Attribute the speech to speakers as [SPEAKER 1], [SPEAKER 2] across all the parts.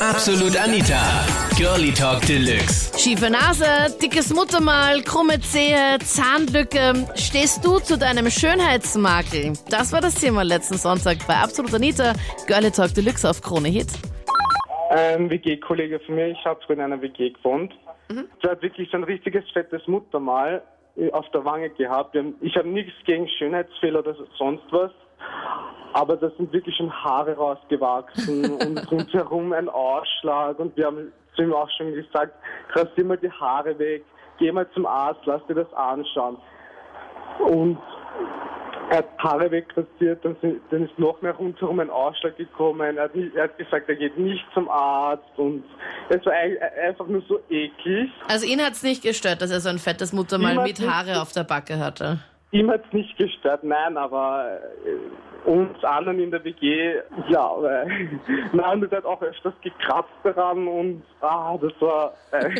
[SPEAKER 1] Absolut Anita. Girlie Talk Deluxe.
[SPEAKER 2] Schiefe Nase, dickes Muttermal, krumme Zehe, Zahnlücke. Stehst du zu deinem Schönheitsmakel? Das war das Thema letzten Sonntag bei Absolut Anita, Girlie Talk Deluxe auf Krone Hit.
[SPEAKER 3] Ein WG-Kollege Ähm, von mir, ich habe früher in einer WG gewohnt. Der hat wirklich so ein richtiges fettes Muttermal äh, auf der Wange gehabt. Wir haben- Ich habe nichts gegen Schönheitsfehler oder sonst was, aber da sind wirklich schon Haare rausgewachsen und rundherum ein Ausschlag. Und wir haben zu ihm auch schon gesagt, rasier mal die Haare weg, geh mal zum Arzt, lass dir das anschauen. Und er hat Haare wegrasiert, dann, sind, dann ist noch mehr rundherum ein Ausschlag gekommen. Er hat, nie- er hat gesagt, er geht nicht zum Arzt und es war ein- einfach nur so eklig.
[SPEAKER 2] Also ihn hat's nicht gestört, dass er so ein fettes Muttermal
[SPEAKER 3] Ihm hat's
[SPEAKER 2] mit
[SPEAKER 3] nicht
[SPEAKER 2] Haare auf der Backe hatte.
[SPEAKER 3] Ihm hat es nicht gestört, nein, aber äh, uns anderen in der WG, ja, weil, nein, das hat auch öfters gekratzt daran und ah, das war, äh,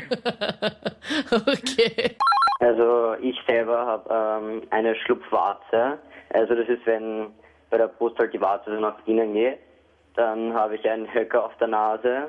[SPEAKER 2] Okay.
[SPEAKER 4] Also ich selber habe ähm, eine Schlupfwarze. Also das ist, wenn bei der Brust halt die Warze so nach innen geht. Dann habe ich einen Höcker auf der Nase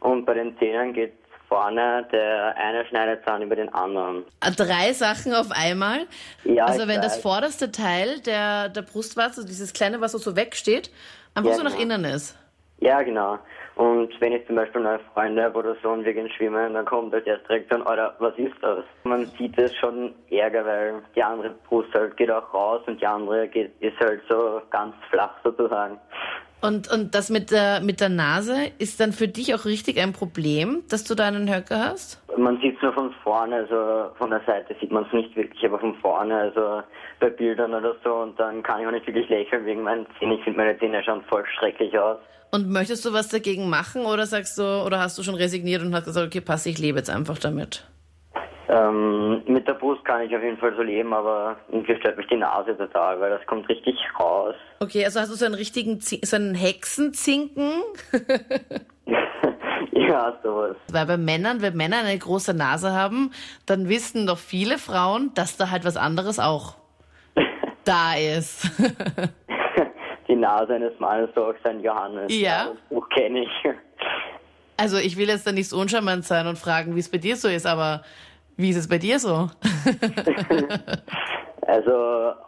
[SPEAKER 4] und bei den Zähnen geht vorne der eine Schneidezahn über den anderen.
[SPEAKER 2] Drei Sachen auf einmal.
[SPEAKER 4] Ja,
[SPEAKER 2] also
[SPEAKER 4] ich
[SPEAKER 2] wenn das
[SPEAKER 4] weiß.
[SPEAKER 2] vorderste Teil der, der Brustwarze, also dieses kleine, was so- so wegsteht, einfach
[SPEAKER 4] Ja,
[SPEAKER 2] so nach
[SPEAKER 4] genau.
[SPEAKER 2] innen ist.
[SPEAKER 4] Ja, genau. Und wenn ich zum Beispiel neue Freunde habe oder so und wir gehen schwimmen, dann kommt halt erst direkt so ein, Alter, was ist das? Man sieht es schon Ärger, weil die andere Brust halt geht auch raus und die andere geht, ist halt so ganz flach sozusagen.
[SPEAKER 2] Und, und das mit der, mit der Nase ist dann für dich auch richtig ein Problem, dass du da einen Höcker hast?
[SPEAKER 4] Man sieht es nur von vorne, also von der Seite sieht man es nicht wirklich, aber von vorne, also bei Bildern oder so. Und dann kann ich auch nicht wirklich lächeln wegen meinen Zähnen. Ich finde meine Zähne schauen voll schrecklich aus.
[SPEAKER 2] Und möchtest du was dagegen machen oder sagst du, oder hast du schon resigniert und hast gesagt, okay, pass, ich lebe jetzt einfach damit?
[SPEAKER 4] Ähm, mit der Brust kann ich auf jeden Fall so leben, aber irgendwie stört mich die Nase total, weil das kommt richtig raus.
[SPEAKER 2] Okay, also hast du so einen richtigen, Zin- so einen Hexenzinken?
[SPEAKER 4] ja, sowas.
[SPEAKER 2] Weil bei Männern, wenn Männer eine große Nase haben, dann wissen doch viele Frauen, dass da halt was anderes auch da ist.
[SPEAKER 4] Die Nase eines Mannes, so auch sein Johannes.
[SPEAKER 2] Ja.
[SPEAKER 4] Das Buch kenne ich.
[SPEAKER 2] Also ich will jetzt da nicht so uncharmant sein und fragen, wie es bei dir so ist, aber wie ist es bei dir so?
[SPEAKER 4] Also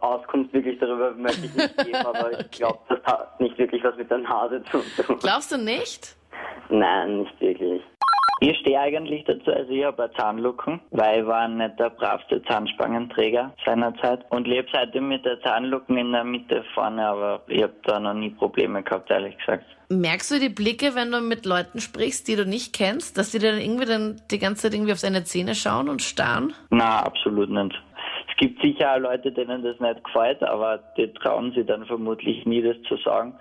[SPEAKER 4] Auskunft wirklich darüber möchte ich nicht geben, aber ich glaube, das hat nicht wirklich was mit der Nase zu tun.
[SPEAKER 2] Glaubst du nicht?
[SPEAKER 4] Nein, nicht wirklich.
[SPEAKER 5] Ich stehe eigentlich dazu, also ich habe eine Zahnlücken, weil ich war nicht der bravste Zahnspangenträger seinerzeit und lebe seitdem mit der Zahnlücken in der Mitte vorne, aber ich habe da noch nie Probleme gehabt, ehrlich gesagt.
[SPEAKER 2] Merkst du die Blicke, wenn du mit Leuten sprichst, die du nicht kennst, dass die dann irgendwie dann die ganze Zeit irgendwie auf deine Zähne schauen und starren?
[SPEAKER 5] Na, absolut nicht. Es gibt sicher auch Leute, denen das nicht gefällt, aber die trauen sich dann vermutlich nie, das zu sagen.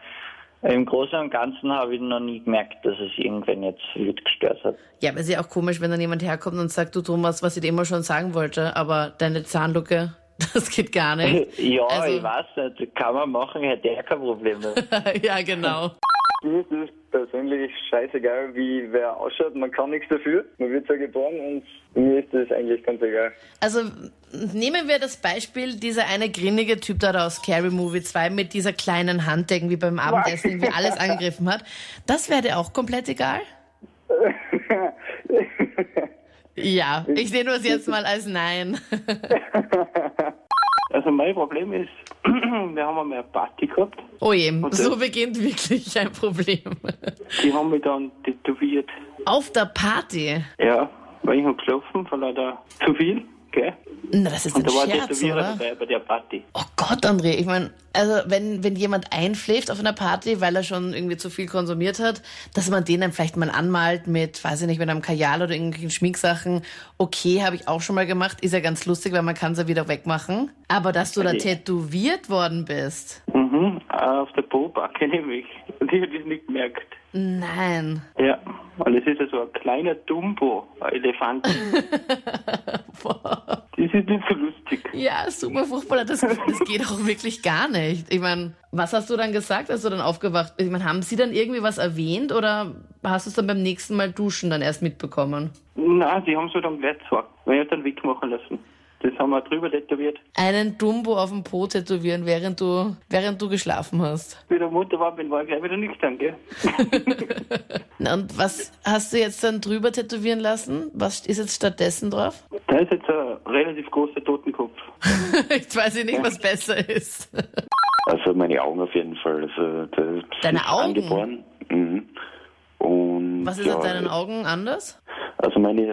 [SPEAKER 5] Im Großen und Ganzen habe ich noch nie gemerkt, dass es irgendwen jetzt wild gestört hat.
[SPEAKER 2] Ja, aber ist ja auch komisch, wenn dann jemand herkommt und sagt, du Thomas, was ich dir immer schon sagen wollte, aber deine Zahnlücke, das geht gar nicht.
[SPEAKER 5] Ja,
[SPEAKER 2] Also-
[SPEAKER 5] ich weiß nicht, kann man machen, hätte er kein Problem damit.
[SPEAKER 2] ja, genau.
[SPEAKER 6] Mir ist es persönlich scheißegal, wie wer ausschaut. Man kann nichts dafür. Man wird so geboren und mir ist das eigentlich ganz egal.
[SPEAKER 2] Also m- nehmen wir das Beispiel, dieser eine grinnige Typ da da aus Scary Movie 2 mit dieser kleinen Hand, der irgendwie beim Abendessen irgendwie alles angegriffen hat. Das wäre dir auch komplett egal? Ja, ich sehe nur jetzt mal als Nein.
[SPEAKER 7] Also mein Problem ist, wir haben einmal eine Party gehabt,
[SPEAKER 2] Oh je, so beginnt wirklich ein Problem.
[SPEAKER 7] die haben mich dann tätowiert.
[SPEAKER 2] Auf der Party?
[SPEAKER 7] Ja, weil ich hab geschlafen von leider zu viel, gell?
[SPEAKER 2] Na, das ist ein
[SPEAKER 7] Und da war ein
[SPEAKER 2] Scherz,
[SPEAKER 7] Tätowierer
[SPEAKER 2] oder?
[SPEAKER 7] dabei bei der Party.
[SPEAKER 2] Oh Gott, André, ich meine, also wenn, wenn jemand einschläft auf einer Party, weil er schon irgendwie zu viel konsumiert hat, dass man den dann vielleicht mal anmalt mit, weiß ich nicht, mit einem Kajal oder irgendwelchen Schminksachen. Okay, habe ich auch schon mal gemacht. Ist ja ganz lustig, weil man kann's ja wieder wegmachen. Aber dass du da tätowiert worden bist.
[SPEAKER 7] Mhm, auf der Pobacke nämlich. Und ich hab das nicht gemerkt.
[SPEAKER 2] Nein.
[SPEAKER 7] Ja, und es ist ja so ein kleiner Dumbo, ein Oh, Elefant. das ist nicht so lustig.
[SPEAKER 2] Ja, super furchtbar. Das, das geht auch wirklich gar nicht. Ich meine, was hast du dann gesagt, als du dann aufgewacht bist? Ich meine, haben sie dann irgendwie was erwähnt oder hast du es dann beim nächsten Mal duschen dann erst mitbekommen?
[SPEAKER 7] Nein, sie haben es halt dann gleich gesagt. Weil ich hab dann wegmachen lassen.
[SPEAKER 8] Das haben wir drüber tätowiert.
[SPEAKER 2] Einen Dumbo auf dem Po tätowieren, während du, während du geschlafen hast.
[SPEAKER 8] Wieder munter war, bin, war ich gleich wieder nüchtern, gell?
[SPEAKER 2] Na, und was hast du jetzt dann drüber tätowieren lassen? Was ist jetzt stattdessen drauf?
[SPEAKER 8] Da ist jetzt ein relativ großer Totenkopf.
[SPEAKER 2] Jetzt weiß ich nicht, was besser ist.
[SPEAKER 9] Also meine Augen auf jeden Fall. Also das
[SPEAKER 2] Deine
[SPEAKER 9] ist
[SPEAKER 2] Augen?
[SPEAKER 9] Angeboren. Mhm. Und
[SPEAKER 2] Was ist
[SPEAKER 9] ja,
[SPEAKER 2] an deinen Augen anders?
[SPEAKER 9] Also meine,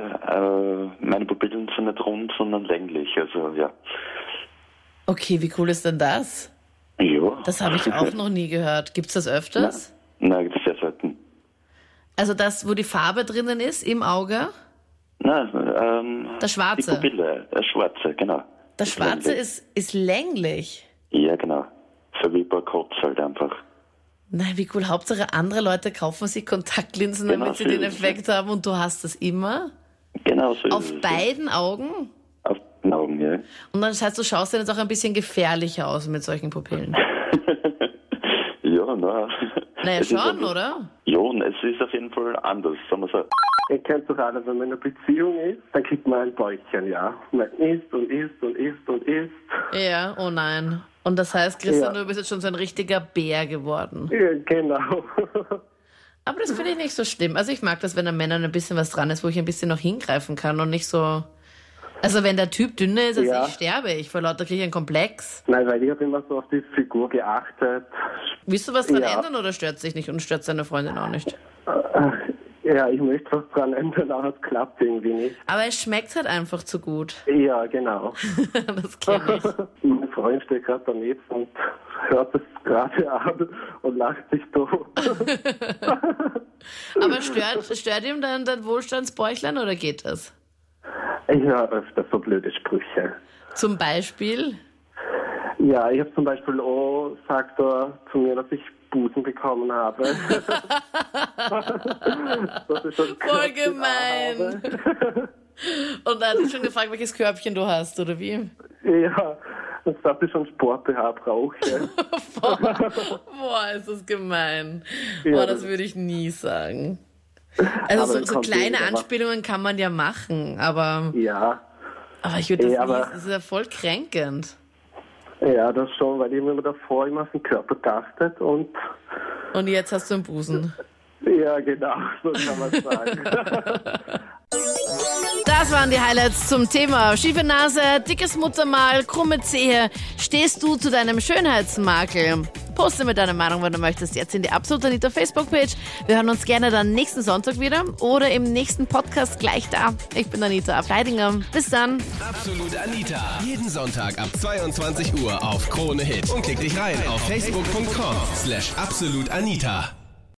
[SPEAKER 9] äh, meine Pupillen sind nicht rund, sondern länglich. Also ja.
[SPEAKER 2] Okay, wie cool ist denn das?
[SPEAKER 9] ja.
[SPEAKER 2] Das habe ich auch noch nie gehört. Gibt's das öfters?
[SPEAKER 9] Nein, das halt. ist sehr selten.
[SPEAKER 2] Also das, wo die Farbe drinnen ist im Auge?
[SPEAKER 9] Nein, ähm,
[SPEAKER 2] Das Schwarze.
[SPEAKER 9] Die Pupille, das Schwarze, genau.
[SPEAKER 2] Das Schwarze
[SPEAKER 9] länglich.
[SPEAKER 2] ist, ist länglich.
[SPEAKER 9] Ja, genau. So wie bei Cops halt einfach.
[SPEAKER 2] Nein, wie cool. Hauptsache andere Leute kaufen sich Kontaktlinsen,
[SPEAKER 9] Genau,
[SPEAKER 2] damit sie
[SPEAKER 9] so
[SPEAKER 2] den
[SPEAKER 9] ist es,
[SPEAKER 2] Effekt haben und du hast das immer.
[SPEAKER 9] Genau so ist
[SPEAKER 2] Auf
[SPEAKER 9] es.
[SPEAKER 2] beiden Augen.
[SPEAKER 9] Auf den Augen, ja.
[SPEAKER 2] Und dann heißt, du schaust dann jetzt auch ein bisschen gefährlicher aus mit solchen Pupillen.
[SPEAKER 9] ja, na.
[SPEAKER 2] Naja,
[SPEAKER 9] Es ist
[SPEAKER 2] schon,
[SPEAKER 9] einfach-
[SPEAKER 2] oder?
[SPEAKER 9] Ja, und es ist auf jeden Fall anders, sagen wir so.
[SPEAKER 3] Ihr kennt doch alle, wenn man in einer Beziehung ist, dann kriegt man ein Bäuchchen, ja. Man isst und isst und isst und isst.
[SPEAKER 2] Ja, oh nein. Und das heißt, Christian,
[SPEAKER 3] Ja.
[SPEAKER 2] du bist jetzt schon so ein richtiger Bär geworden.
[SPEAKER 3] Ja, genau.
[SPEAKER 2] Aber das finde ich nicht so schlimm. Also ich mag das, wenn an Männern ein bisschen was dran ist, wo ich ein bisschen noch hingreifen kann und nicht so. Also wenn der Typ dünner ist, als
[SPEAKER 3] Ja.
[SPEAKER 2] ich sterbe ich vor lauter kriege ich einen Komplex.
[SPEAKER 3] Nein, weil ich habe immer so auf die Figur geachtet.
[SPEAKER 2] Willst du was dran
[SPEAKER 3] Ja.
[SPEAKER 2] ändern oder stört sich nicht und stört seine Freundin auch nicht?
[SPEAKER 3] Ja, ich möchte was dran ändern, aber es klappt irgendwie nicht.
[SPEAKER 2] Aber es schmeckt halt einfach zu gut.
[SPEAKER 3] Ja, genau.
[SPEAKER 2] das kenne ich.
[SPEAKER 3] mein Freund steht gerade daneben und hört es gerade an und lacht sich tot.
[SPEAKER 2] Aber stört, stört ihm dann dein Wohlstandsbäuchlein oder geht das?
[SPEAKER 3] Ich höre öfter so blöde Sprüche.
[SPEAKER 2] Zum Beispiel,
[SPEAKER 3] Ja, ich habe zum Beispiel, oh, sagt er zu mir, dass ich Busen bekommen habe. dass ich schon
[SPEAKER 2] Voll
[SPEAKER 3] Körbchen
[SPEAKER 2] gemein. und dann hat er schon gefragt, welches Körbchen du hast oder wie?
[SPEAKER 3] habe. Ja, und dass ich schon Sport-BH brauche.
[SPEAKER 2] Boah, boah, ist das gemein. Boah, das würde ich nie sagen. Also
[SPEAKER 3] Aber
[SPEAKER 2] so,
[SPEAKER 3] dann
[SPEAKER 2] so
[SPEAKER 3] kommt
[SPEAKER 2] kleine
[SPEAKER 3] jeder, wa?
[SPEAKER 2] Anspielungen kann man ja machen, aber,
[SPEAKER 3] ja,
[SPEAKER 2] aber ich würde das
[SPEAKER 3] Ey, aber-
[SPEAKER 2] nie, das ist ja voll kränkend.
[SPEAKER 3] ja, das schon, weil ich mir immer davor immer auf den Körper geachtet und
[SPEAKER 2] Und jetzt hast du einen Busen.
[SPEAKER 3] ja, genau, so kann man sagen.
[SPEAKER 2] Das waren die Highlights zum Thema schiefe Nase, dickes Muttermal, krumme Zehe. Stehst du zu deinem Schönheitsmakel? Poste mir deine Meinung, wenn du möchtest, jetzt in die Absolut Anita Facebook-Page. Wir hören uns gerne dann nächsten Sonntag wieder oder im nächsten Podcast gleich da. Ich bin Anita Fleidinger. Bis dann.
[SPEAKER 1] Absolut Anita. Jeden Sonntag ab 22 Uhr auf Krone Hit. Und klick dich rein auf facebook.com slash absolutanita.